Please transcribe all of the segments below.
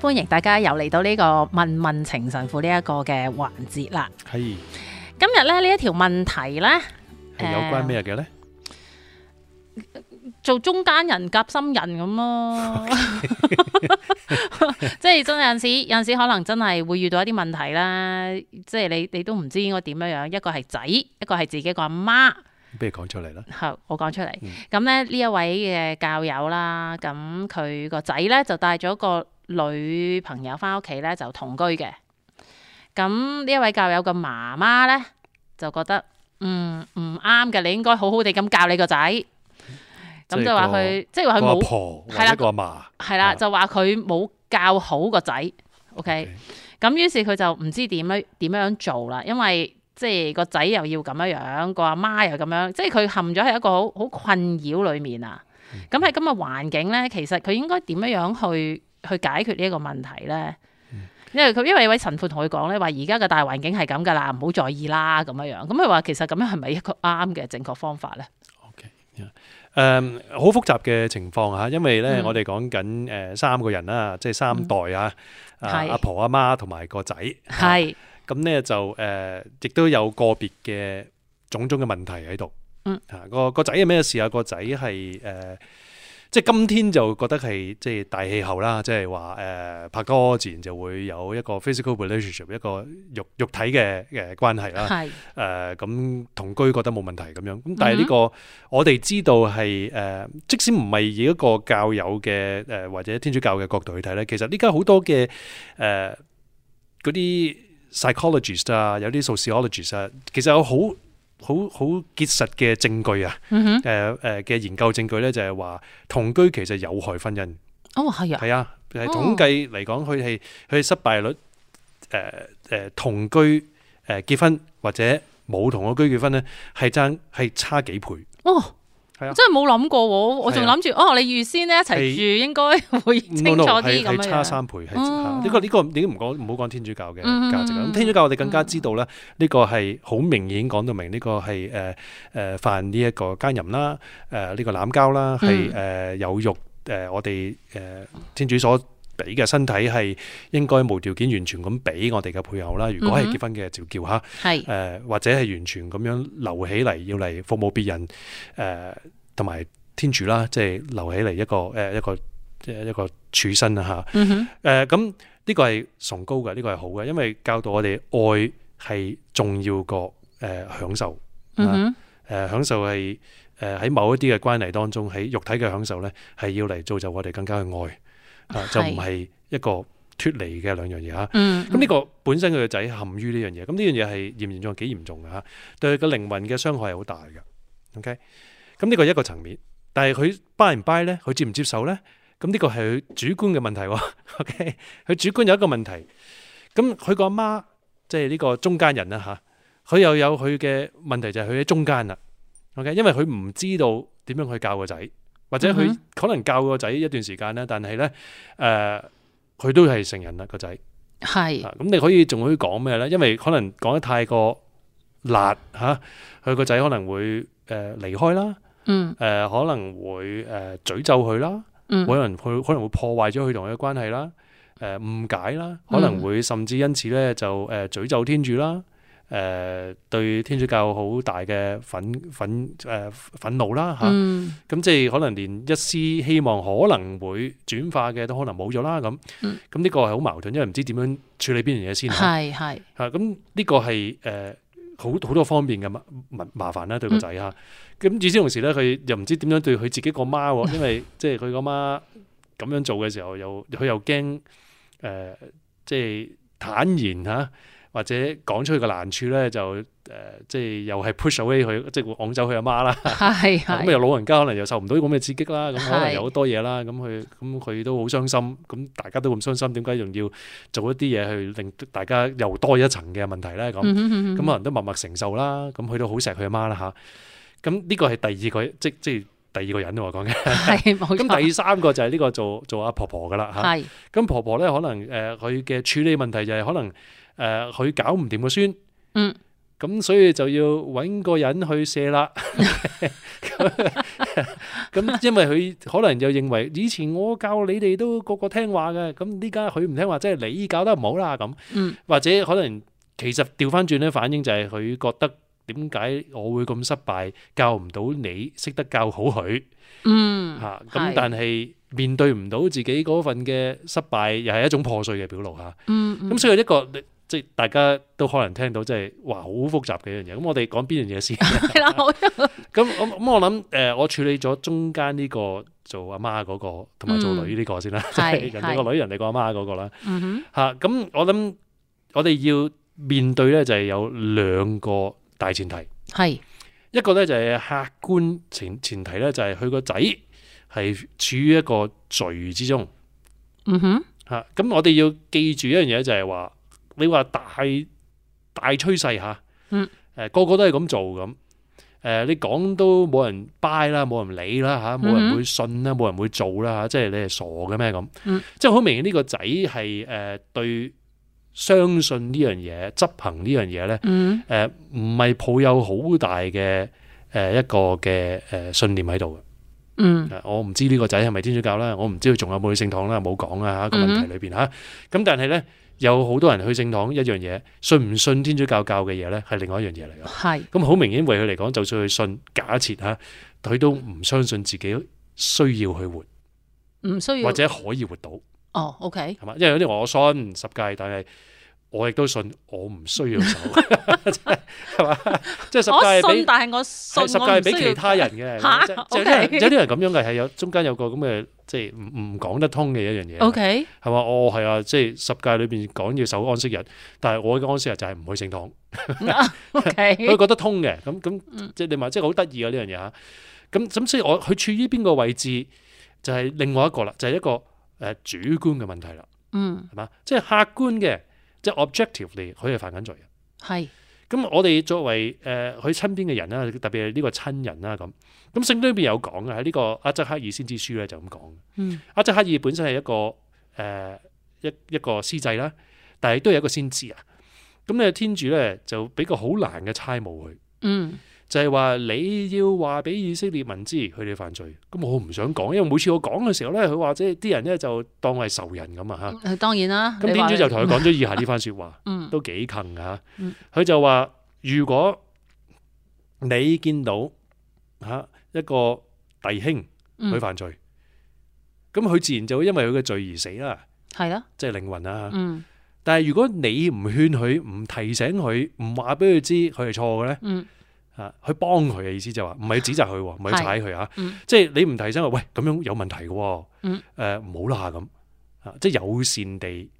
歡迎大家又嚟到呢個問問情神父呢一個嘅環節啦。係今日咧呢一條問題呢，係有關咩嘅咧？做中間人夾心人咁咯， 即係真有陣時，有陣時可能真係會遇到一啲問題啦。即係你你都唔知應該點樣樣，一個係仔，一個係自己個阿媽。不如講出嚟啦。係我講出嚟嗯。咁咧呢一位嘅教友啦，咁佢個仔咧就帶咗個女朋友翻屋企咧就同居嘅。咁呢一位教友嘅媽媽咧就覺得嗯唔啱嘅，你應該好好地咁教你個仔。即係咁就話佢，即係話佢個阿啊冇婆係或啦者個阿嫲，係啦，啊就話佢冇教好個仔。OK，咁於是佢就唔知點樣點樣做啦，因為即係個仔又要咁樣樣，個阿媽又咁樣，即係佢陷咗喺一個好好困擾裡面啊。咁喺咁嘅環境咧，其實佢應該點樣樣去去解決呢一個問題咧？因為佢因為有位神父同佢講咧，話而家嘅大環境係咁噶啦，唔好在意啦咁樣樣。咁佢話其實咁樣係咪一個啱嘅正確方法咧？誒好複雜嘅情況啊嚇，因為咧嗯我哋講緊誒三個人啦，即係三代啊，啊係阿婆、阿媽同埋個仔。啊係，咁咧就誒，亦都有個別嘅種種嘅問題喺度。嗯，嚇個個仔係咩事啊？個仔係誒，即係今天就覺得係即係大氣候啦，即係話誒拍拖自然就會有一個 physical relationship 一個肉肉體嘅嘅關係啦。係，誒呃咁同居覺得冇問題咁樣，咁但係呢個我哋知道係誒，即使唔係以一個教友嘅誒或者天主教嘅角度去睇咧，其實呢家好多嘅誒嗰啲 psychologist 啊，有啲 sociologist 啊，其實有好好好結實嘅證據啊，嗯哼，誒誒嘅研究證據咧就係話同居其實有害婚姻，哦係啊，係啊，誒哦統計嚟講，佢係佢係失敗率誒誒同居誒結婚或者冇同個居結婚咧，係爭係差幾倍。哦，係啊真係冇諗過喎，我仲係啊諗住哦，你預先咧一齊係住應 該會清楚 no 啲 no 係咁係樣差樣。三倍係哦呢個呢個你唔講唔好講天主教嘅嗯價值啦。嗯咁天主教我哋更加知道啦，呢個係好明顯講到明呢個係誒誒犯呢一個奸淫啦，誒呢個濫交啦，係誒有辱誒我哋誒天主所。俾嘅身體係應該無條件完全咁俾我哋嘅配偶啦。如果係嗯哼結婚嘅，就叫嚇。係誒、呃或者係完全咁樣留起嚟，要嚟服務別人誒，同、埋天主啦，即係留起嚟一個誒、呃一個誒一個處身啊嗯哼，嚇誒咁呢個係崇高嘅，呢、個係好嘅，因為教導我哋愛係重要過誒、呃享受誒、嗯哼，誒享受係誒喺某一啲嘅關係當中，喺肉體嘅享受咧係要嚟造就我哋更加去愛啊，就唔係一個脱離嘅兩樣嘢嚇。嗯，咁呢個本身佢個仔陷於呢樣嘢，咁呢樣嘢係嚴唔嚴重？幾嚴重嘅嚇，對佢個靈魂嘅傷害係好大嘅。OK，咁呢個一個層面，但係佢 buy 唔 buy 咧？佢接唔接受咧？咁呢個係佢主觀嘅問題喎。OK，佢主觀有一個問題，咁佢個阿媽即係呢個中間人啦啊嚇，佢又有佢嘅問題就係佢喺中間啦。OK，因為佢唔知道點樣去教個仔，或者嗯佢哼可能教個仔一段時間咧，但係咧誒佢都係成人啦個仔。係啊咁你可以仲可以講咩咧？因為可能講得太過辣嚇，佢個仔可能會誒、呃、離開啦，誒、呃嗯可能會誒、呃、詛咒佢啦，嗯可能佢可能會破壞咗佢同佢嘅關係啦，誒、誤解嗯啦，可能會甚至因此咧就誒、呃、詛咒天主啦。誒、對天主教好大嘅憤憤誒、呃、憤怒啦嚇，咁、嗯即係可能連一絲希望可能會轉化嘅都可能冇咗啦咁，咁呢、嗯個係好矛盾，因為唔知點樣處理邊樣嘢先嚇。係係 嚇，啊咁呢個係誒好好多方面嘅麻麻麻煩啦，對個仔嚇。咁與此同時咧，佢又唔知點樣對佢自己個媽喎，因為即係佢個媽咁呃樣做嘅時候，又佢又驚誒，即係坦然嚇或者講出佢嘅難處咧，就誒、呃即係又係 push away 佢，即係會搪走佢阿媽啦。係咁係又老人家可能又受唔到啲咁嘅刺激啦，咁可能係有好多嘢啦，咁佢咁佢都好傷心，咁大家都咁傷心，點解仲要做一啲嘢去令大家又多一層嘅問題咧？咁嗯哼嗯咁哼可能都默默承受啦，咁佢都好錫佢阿媽啦吓，咁呢個係第二個，即即係第二個人喎講緊。 係冇錯咁第三個就係呢個做做阿婆婆噶啦吓。係咁婆婆咧可能誒佢嘅處理問題就係可能誒佢、搞唔掂個孫，嗯，咁所以就要揾個人去卸啦。 咁因為佢可能又認為以前我教你哋都個個聽話嘅，咁呢家佢唔聽話，即係你搞得唔好啦咁。嗯或者可能其實調翻轉咧，反應就係佢覺得點解我會咁失敗，教唔到你識得教好佢。嗯吓，咁係但係面對唔到自己嗰份嘅失敗，又係一種破碎嘅表露吓。嗯嗯咁所以一個即係大家都可能聽到，即係哇好複雜嘅一樣嘢。咁我哋講邊樣 嘢先？咁係啦好咁咁我諗誒，我處理咗中間呢個做阿媽嗰個，同埋做女呢個先啦， 即係嗯係人哋個女，人哋個阿媽嗰個啦嗯哼吓。咁我諗我哋要面對咧，就係有兩個大前提。係一個咧就係客觀前前提咧，就係佢個仔係處於一個罪之中嗯哼嚇。咁我哋要記住一樣嘢就係話，你話大大趨勢嚇，嗯，誒個個都係咁做咁，誒你講都冇人 buy 啦，冇人理啦嚇，冇嗯人哼會信啦，冇人會做啦嚇，即係你係傻嘅咩咁？嗯即係好明顯呢個仔係誒對相信呢樣嘢、執行呢樣嘢咧。嗯誒唔係抱有好大嘅誒、呃一個嘅誒、呃信念喺度嘅。嗯呃我唔知呢個仔係咪天主教啦，我唔知佢仲有冇去聖堂啦，冇講啊嚇嗯個問題裏邊嚇。咁、但係咧，有好多人去聖堂一樣嘢，信唔信天主教教嘅嘢咧，係另外一樣嘢嚟嘅。係咁好明顯為佢嚟講，就算佢信，假設嚇，佢都唔相信自己需要去活，唔需要或者可以活到，係哦 OK 嘛？因為有啲話我信十戒，但係我亦都信我唔需 要 守，係嘛？即係十戒我俾信。但係我信係十我唔戒俾需要其他人嘅，嚇即即有啲人 OK 有啲人咁樣嘅，係有中間有個咁嘅即係唔唔講得通嘅一樣嘢， 係嘛 OK 哦係啊，即係十戒裏邊講要守安息日，但係我嘅安息日就係唔去聖堂，佢 OK 覺得通嘅，咁咁嗯即係你話即係好得意啊呢樣嘢嚇。咁咁所以我佢處於邊個位置就係另外一個啦，就係、一個誒、呃主觀嘅問題啦，嗯係嘛？即係客觀嘅，即係 objectively 佢係犯緊罪嘅。係咁我哋作為誒佢、身邊嘅人啦，特別係呢個親人啦咁，咁聖經裏邊有講啊嘅喺呢個阿則克爾先知書咧就咁講，嗯阿則克爾本身係一個誒、呃一一個司祭啦，但係都係一個先知啊。咁咧天主咧就俾個好難嘅差務佢，嗯就係話你要話俾以色列民知佢哋犯罪。咁我唔想講，因為每次我講嘅時候咧，佢話即係啲人咧就當我係仇人咁啊嚇。誒呃當然啦咁你話天主就同佢講咗以下呢番説話。嗯都幾近㗎。嗯佢就話：如果你見到嚇一個弟兄佢嗯犯罪，咁佢、自然就會因為佢嘅罪而死啦，係啦即係靈魂啦。嗯但係如果你唔勸佢、唔提醒佢、唔話俾佢知佢係錯嘅咧，嗯嚇去幫佢嘅意思就話唔係指責 佢喎，唔係踩佢嚇，嗯即係你唔提醒佢，喂咁樣有問題嘅喎，嗯誒唔好啦咁啊，即係友善地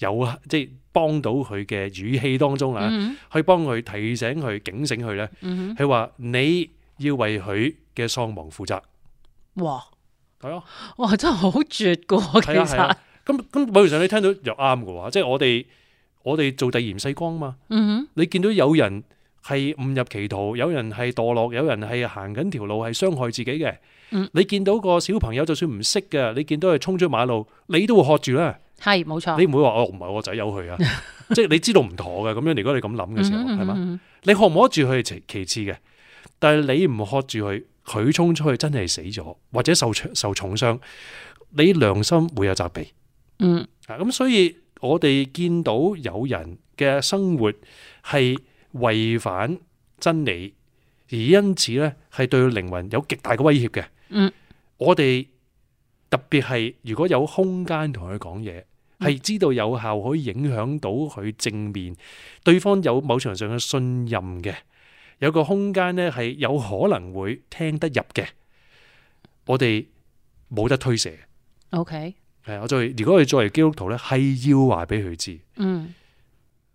有即係幫到佢嘅語氣當中啊。嗯去幫佢提醒佢、警醒佢咧。嗯佢話你要為佢嘅喪亡負責，哇係啊，哇真係好絕噶喎其係啊，係實啊。咁咁某程度上你聽到又啱嘅話，即係我哋我哋做第二世光嘛。嗯你見到有人係誤入歧途，有人係墮落，有人係行緊條路係傷害自己嘅。嗯你見到個小朋友就算唔識嘅，你見到佢衝出馬路，你都會喝住啦。哼係冇錯你唔會話哦，唔係我仔由 佢啊，即係你知道唔妥嘅。咁樣如果你咁諗嘅嗯時候，係嘛？嘛你喝唔喝住佢係其其次嘅，但係你唔喝住佢，佢衝出去真係死咗或者受重受重傷，你良心會有責備嗯啊！咁所以我哋見到有人嘅生活係違反真理，而因此咧係對佢靈魂有極大嘅威脅嘅。嗯，我哋特別係如果有空間同佢講嘢。嗯係知道有效可以影響到佢正面，對方有某程度上嘅信任嘅，有個空間咧係有可能會聽得入嘅。我哋冇得推卸， OK 係我作為如果佢作為基督徒咧，係要話俾佢知。嗯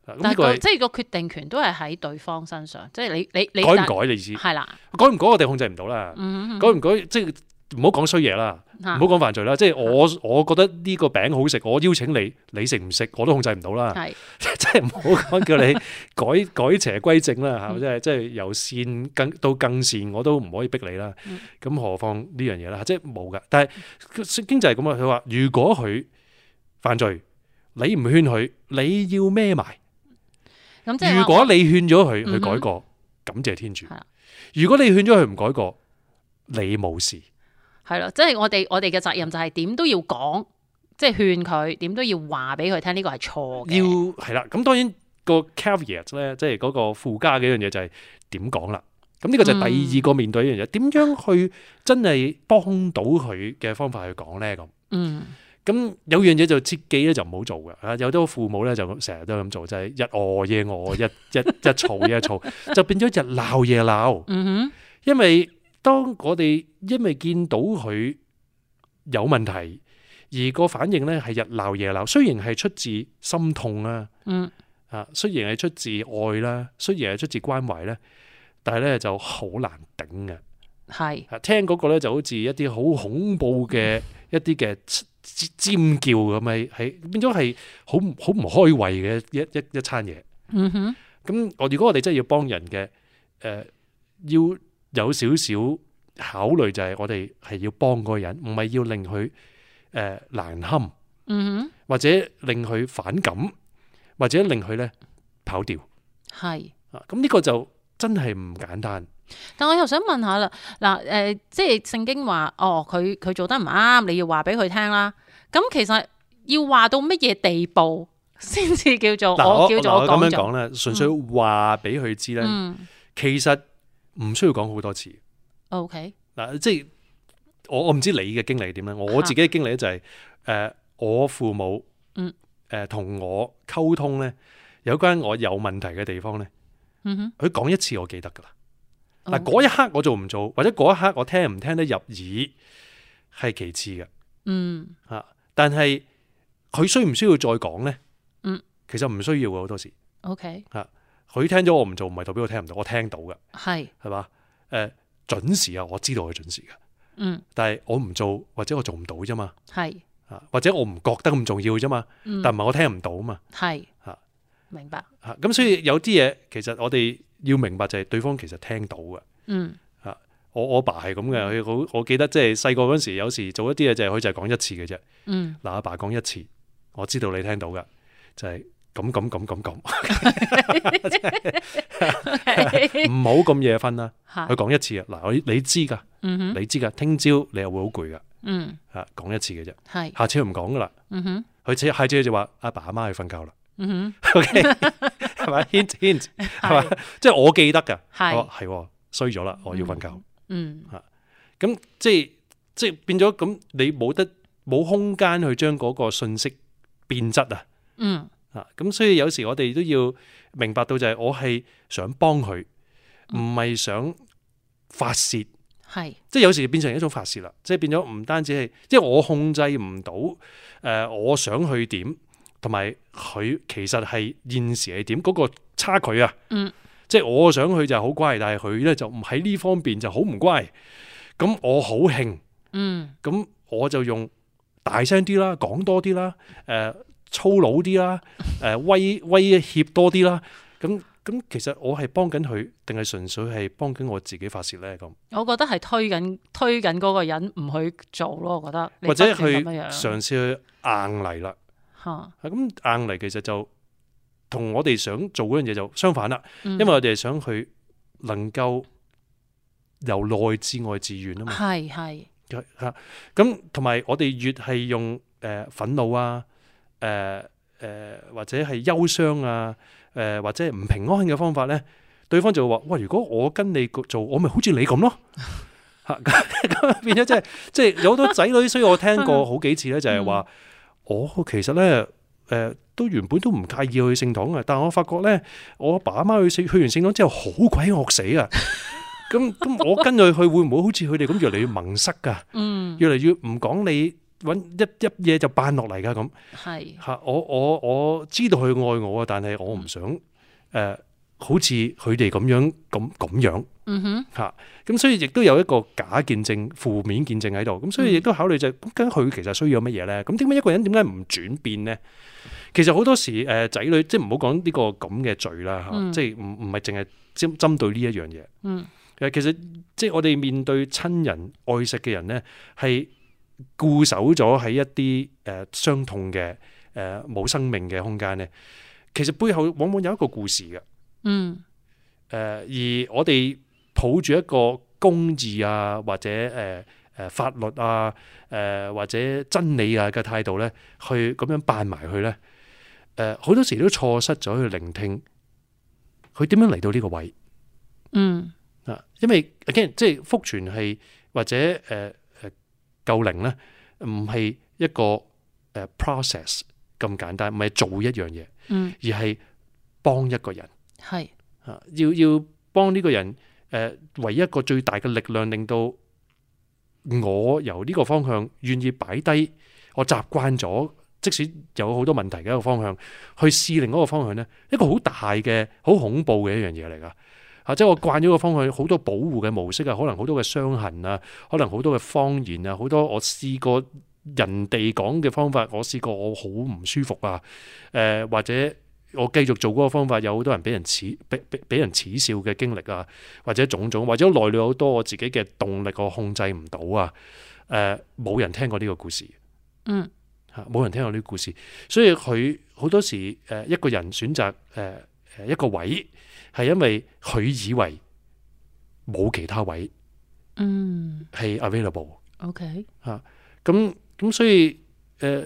啊咁但係呢個個係即係個決定權都係喺對方身上，即係你你你改唔但改你意思？係啦，改唔改我哋控制唔到啦，嗯，啊改唔改即係唔好講衰嘢啦，嚇唔好講犯罪啦。即係啊我我覺得呢個餅好食，我邀請你，你食唔食我都控制唔到啦。係 即係唔好講叫你改改邪歸正啦嗯嚇，即係即係由善更到更善，我都唔可以逼你啦嗯。咁何況呢樣嘢啦，即係冇噶。但係經濟係咁啊，佢話如果佢犯罪，你唔勸佢，你要孭埋。咁即係話如果你勸咗佢，嗯哼佢改過，感謝天主係啦。如果你勸咗佢唔改過，你冇事。係咯，即係我哋我哋嘅責任就係點都要講，即係勸佢，點都要話俾佢聽呢個係錯要嘅，係啦，咁當然個 caveat 咧，即係嗰個附加嘅一樣嘢就係點講啦。咁呢個就嗯係第二個面對一樣嘢，點樣去真係幫到佢嘅方法去講咧咁。嗯咁有樣嘢就切記咧就唔好做嘅，啊有好多父母咧就成日都咁做，就係、日餓夜餓，日日日嘈夜嘈，就變咗日鬧夜鬧。嗯因為當我哋因為見到佢有問題，而個反應咧係日鬧夜鬧，雖然係出自心痛啊。哼嗯啊，雖然係出自愛啦，雖然係出自關懷咧，但係咧就好難頂嘅。係啊，聽嗰個咧就好似一啲好恐怖嘅一啲嘅尖尖叫咁係係變咗係好唔好唔開胃嘅一一一一餐嘢。嗯哼咁我如果我哋真係要幫人嘅，誒、呃要有少少考慮就係我哋係要幫嗰個人，唔係要令佢誒、呃、難堪，嗯或者令佢反感，或者令佢咧跑掉。哼係。啊，咁呢個就真係唔簡單，但我又想問下啦，嗱誒、呃即係聖經話，哦，佢佢做得唔啱，你要話俾佢聽啦。咁其實要話到乜嘢地步先至叫做嗱，我我我叫做嗱我我咁講樣咗？講咧，純粹話俾佢知咧，嗯其實唔需要講好多次。 ，OK，嗱，即係我我唔知你嘅經歷係點咧，我嚇自己嘅經歷咧就係、呃我父母嗯誒同、我溝通咧，有關我有問題嘅地方咧，嗯哼，佢講一次我記得㗎啦。嗱，哦嗰一刻我做唔做，或者嗰一刻我聽唔聽得入耳係其次嘅。嗯啊，但係佢需唔需要再講咧？嗯，其實唔需要嘅好多時。 ，OK，佢聽咗我唔做，唔係代表我聽唔到，我聽到嘅，係，係嘛？誒、準時啊，我知道佢準時嘅，嗯但係我唔做或者我做唔到啫嘛，係，啊，或者我唔覺得咁重要啫嘛，嗯但唔係我聽唔到啊嘛，係嚇，明白，嚇、咁所以有啲嘢其實我哋要明白就係對方其實聽到嘅。嗯我我爸係咁嘅，佢好，我記得即係細個嗰陣時，有時做一啲嘢就係佢就係講一次嘅啫。嗯，嗱，阿爸講一次，我知道你聽到嘅，就係咁咁咁咁咁， 唔好咁夜瞓啦。嚇佢，講一次啊，嗱，我你知㗎，嗯哼，你知㗎，聽朝你又會好攰㗎。嗯啊，講一次嘅啫，係，下次佢唔講噶啦。嗯哼，佢次下次佢就話阿爸阿媽去瞓覺啦。嗯 OK，係咪 hint hint 係哼，嘛？ 即係我記得㗎。係我話係喎衰咗啦，我要瞓覺。嗯咁即係即係變咗咁，你冇得冇空間去將嗰個信息變質啊。嗯啊，咁所以有時我哋都要明白到就係我係想幫佢，唔係想發泄。係，即係有時變成一種發泄啦，即係變咗唔單止係，即係我控制唔到誒，呃我想去點，同埋佢其實係現時係點嗰個差距啊。嗯，即係我想去就好乖，但係佢咧就唔喺呢方面就好唔乖。咁我好興，嗯咁我就用大聲啲啦，講多啲啦，誒、粗魯啲啦，誒、威威脅多啲啦。咁咁其實我係幫緊佢，定係純粹係幫緊我自己發泄咧咁？我覺得係推緊推緊嗰個人唔去做咯，我覺得你或者不斷佢咁樣嘗樣試去硬嚟啦。嚇，咁硬嚟其實就同我哋想做嗰樣嘢就相反啦，因因為我哋係想佢能夠由內至外自願啊嘛。係係嚇咁同埋我哋越係用誒、呃、憤怒啊，誒、呃、誒、或者係憂傷啊，誒、或者係唔平安嘅方法咧，對方就會話：喂，如果我跟你做，我咪好似你咁咯。嚇咁咁變咗即係即係有好多仔女，所以我聽過好幾次咧，就係話我其實咧。誒、都原本都唔介意去聖堂嘅，但我發覺咧，我阿爸阿媽去聖去完聖堂之後好鬼惡死啊！咁咁我跟佢去會唔會好似佢哋咁越嚟越萌塞㗎？嗯越嚟越唔講你揾一一嘢就扮落嚟㗎咁係嚇。我我我知道佢愛我啊，但係我唔想誒、呃好似佢哋咁樣咁咁樣。嗯哼，嚇，咁所以亦都有一個假見證、負面見證喺度，咁所嗯以亦都考慮就係咁，咁佢其實需要乜嘢咧？咁點解一個人點解唔轉變咧？其實好多時誒、呃仔女，即係唔好講呢個咁嘅罪啦嚇，嗯即係唔唔係淨係針針對呢一樣嘢。嗯誒，其實即係我哋面對親人愛惜嘅人咧，係固守咗喺一啲誒、呃傷痛嘅誒冇生命嘅空間咧，其實背後往往有一個故事嘅。嗯誒、呃而我哋抱住一個公義啊，或者誒誒、呃法律啊，誒、或者真理啊嘅態度咧，去咁樣扮埋佢咧，誒、呃好多時都錯失咗去聆聽佢點樣嚟到呢個位嗯啊，因為 again 即係福傳係或者誒誒救靈咧，唔係一個誒 process 咁簡單，唔係做一樣嘢，嗯，而係幫一個人。係啊，要要幫呢個人誒、呃，唯一一個最大嘅力量，令到我由呢個方向願意擺低，我習慣咗，即使有好多問題嘅一個方向，去試另一個方向呢，一個好大嘅、好恐怖嘅一樣嘢嚟㗎。啊！即係我慣咗個方向，好多保護嘅模式啊，可能好多嘅傷痕啊，可能好多嘅謊言啊，好多我試過人哋講嘅方法，我試過我好唔舒服啊。誒、或者我繼續做嗰個方法，有好多人俾人恥俾俾俾人恥笑嘅經歷啊，或者種種，或者內裏有好多我自己嘅動力我控制唔到啊。誒、冇人聽過呢個故事。嗯嚇，冇人聽過呢個故事，所以佢好多時誒、呃一個人選擇誒誒一個位，係因為佢以為冇其他位嗯係 available。 ，OK，咁咁所以誒、呃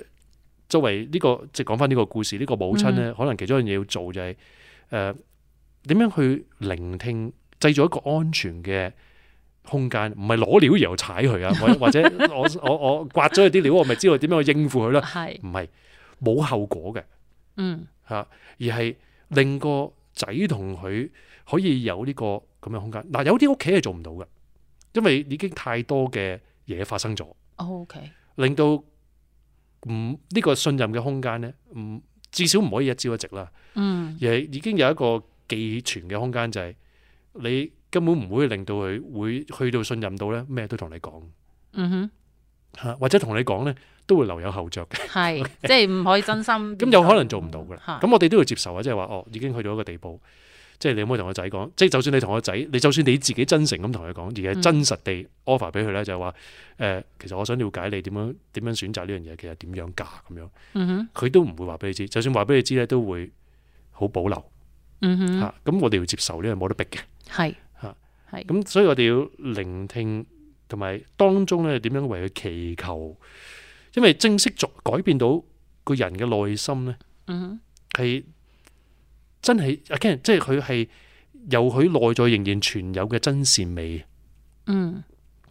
作為呢、個即係講翻呢個故事，呢、個母親咧，可能其中一樣嘢要做就係誒點樣去聆聽，製造一個安全嘅空間，唔係攞料然後踩佢啊，或或者我我我刮咗佢啲料，我咪知道點樣去應付佢啦，係唔係冇後果嘅。嗯吓，而係令個仔同佢可以有呢個咁嘅空間。嗱，有啲屋企係做唔到嘅，因為已經太多嘅嘢發生咗，哦，OK，令到唔呢個信任嘅空間咧，唔至少唔可以一朝一夕啦，嗯而係已經有一個寄存嘅空間，就係你根本唔會令到佢會去到信任到咧，咩都同你講嗯哼。吓，或者同你講咧都會留有後着嘅。 係，即係唔可以真心。咁有可能做唔到噶啦嚇。咁我哋都要接受啊，即係話哦，已經去到一個地步，即係你可唔可以同個仔講？即係就算你同個仔，你就算你自己真誠咁同佢講，而係真實地 offer 俾佢咧，就係話誒，其實我想了解你點樣點樣選擇呢樣嘢，其實點樣嫁咁樣，嗯哼，佢都唔會話俾你知。就算話俾你知咧，都會好保留嗯嚇。哼，咁、我哋要接受呢樣冇得逼嘅。係嚇係，咁所以我哋要聆聽同埋當中咧點樣為佢祈求，因為正式作改變到個人嘅內心咧。嗯哼，係真係 again，即係佢係有佢內在仍然存有嘅真善美，嗯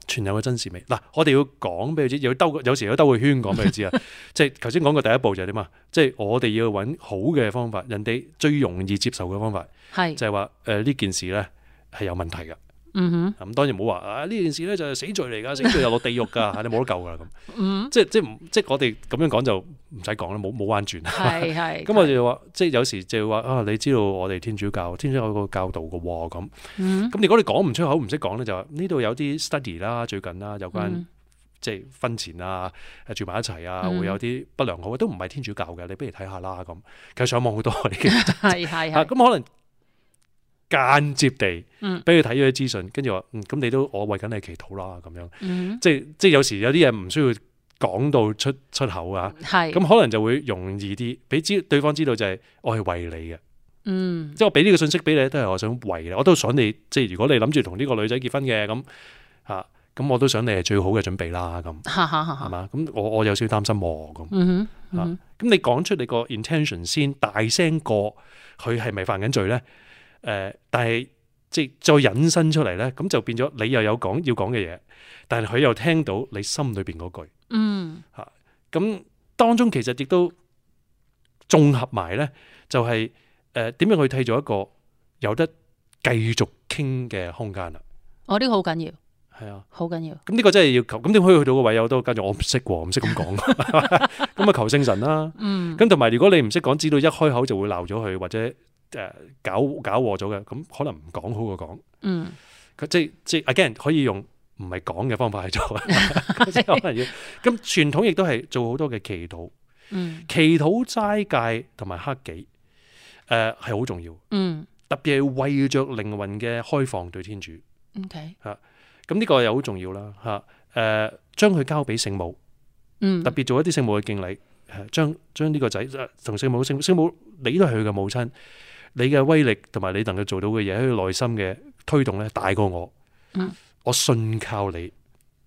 存有嘅真善美。嗱，我哋要講俾佢知，要兜個有時要兜個圈講俾佢知 啊。即係頭先講過第一步就係點啊？即係我哋要揾好嘅方法，人哋最容易接受嘅方法係，就係話誒呢件事咧係有問題嘅。 嗯咁當然唔好話啊呢件事咧就係死 罪嚟㗎，死罪又落地獄㗎，啊嚇你冇得救㗎咁。哼，嗯，即係即係唔即係我哋咁樣講就唔使講啦，冇冇彎轉。係係。咁我就話，即係有時就話啊，你知道我哋天主教，天主教有個教導嘅喎，咁嗯咁如果你講唔出口，唔識講咧，就話呢度有啲 study 啦，最近啦，有關、 嗯即係婚前啊，誒住埋一齊啊，嗯會有啲不良好，都唔係天主教嘅，你不如睇下啦咁。其實上網好多嘅，係係啊係，咁可能間接地嗯俾佢睇咗啲資訊，跟住話嗯咁你都我為緊你祈禱啦咁樣，嗯即係即係有時有啲嘢唔需要講到出出口啊，係咁可能就會容易啲俾知對方知道就係我係為你嘅。嗯即係我俾呢個信息俾你，都係我想為你，我都想你，即係如果你諗住同呢個女仔結婚嘅咁吓，咁我都想你係最好嘅準備啦，咁哈哈哈係哈嘛？咁我我有少少擔心喎，咁嗯哼嗯咁你講出你個 intention 先，大聲過佢係咪犯緊罪咧？诶、但係即係再引申出嚟咧，咁就變咗你又有講要講嘅嘢，但係佢又聽到你心裏邊嗰句。嗯咁當中其實亦都綜合埋咧，就係誒點樣去替咗一個有得繼續傾嘅空間啦。哦我呢個好緊要，係啊。好緊要。咁呢個真係要求，咁點可以去到個位有都跟住我唔識喎，唔識咁講，咁啊求聖神啦。嗯，咁同埋如果你唔識講，知道一開口就會鬧咗佢，或者誒、呃搞搞禍咗嘅，咁可能唔講好過講。嗯，佢即係即係 again 可以用唔係講嘅方法去做， 即係可能要。咁傳統亦都係做好多嘅祈禱、嗯，祈禱齋戒同埋克己，誒係好重要，嗯特別係為着靈魂嘅開放對天主。 ，OK，咁呢個又好重要啦，嚇、誒將佢交俾聖母。嗯，特別做一啲聖母嘅敬禮，係將將呢個仔呃同聖母聖聖母，你都係佢嘅母親，你嘅威力同埋你能夠做到嘅嘢，喺佢內心嘅推動咧大過我，嗯我信靠你，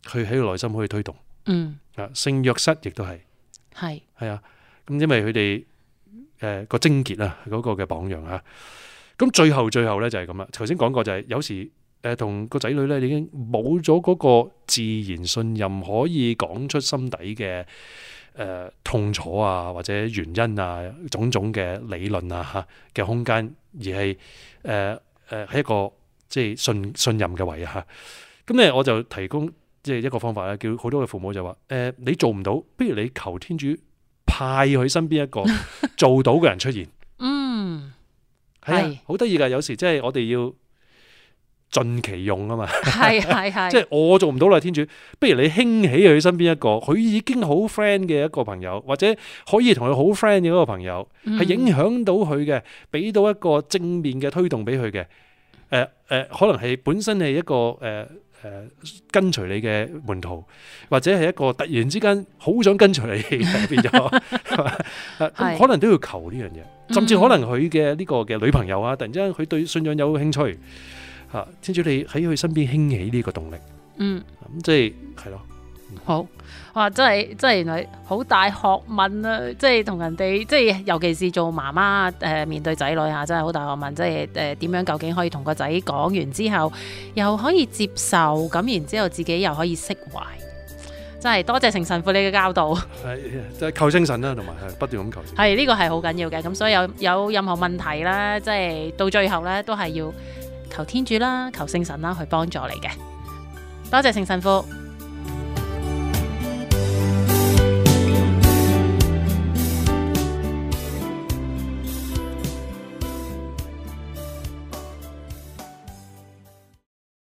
佢喺佢內心可以推動嗯，啊。聖若瑟亦都係係，係啊，咁因為佢哋誒個貞潔啊嗰個嘅榜樣啊，咁最後最後咧就係咁啦。頭先講過就係有時。誒同個仔女咧，你已經冇咗嗰個自然信任，可以講出心底嘅誒、呃痛楚啊，或者原因啊，種種嘅理論啊嚇嘅空間，而係誒誒喺一個即係信信任嘅位啊嚇。咁咧我就提供即係一個方法咧，叫好多嘅父母就話誒、呃你做唔到，不如你求天主派佢身邊 一個做到嘅人出現。嗯，係係啊，好得意㗎，有時即係我哋要盡其用啊嘛。 係係係，即係我做唔到啦，天主，不如你興起佢身邊一個，佢已經好 friend 嘅一個朋友，或者可以同佢好 friend 嘅一個朋友，係係影響到佢嘅，俾到一個正面嘅推動俾佢嘅。誒、誒、可能係本身係一個誒誒、跟隨你嘅門徒，或者係一個突然之間好想跟隨你嘅變咗， 係嘛啊咁係可能都要求呢樣嘢。甚至可能佢嘅呢個嘅女朋友啊，突然之間佢對信仰有興趣，嚇、天主你喺佢身邊興起呢個動力，嗯，咁即係係咯，好，哇！真係真係原來好大學問啊！即係同人哋，即係尤其是做媽媽誒、呃面對仔女啊，真係好大學問。即係誒點樣究竟可以同個仔講完之後，又可以接受，咁然之後自己又可以釋懷。真係多謝成神父你嘅教導，係即係求精神啦，同埋係不斷咁求聖神。係呢、個係好緊要嘅。咁所以有有任何問題啦，即係到最後咧，都係要求天主啦、求聖神啦去幫助你嘅。多謝成神父，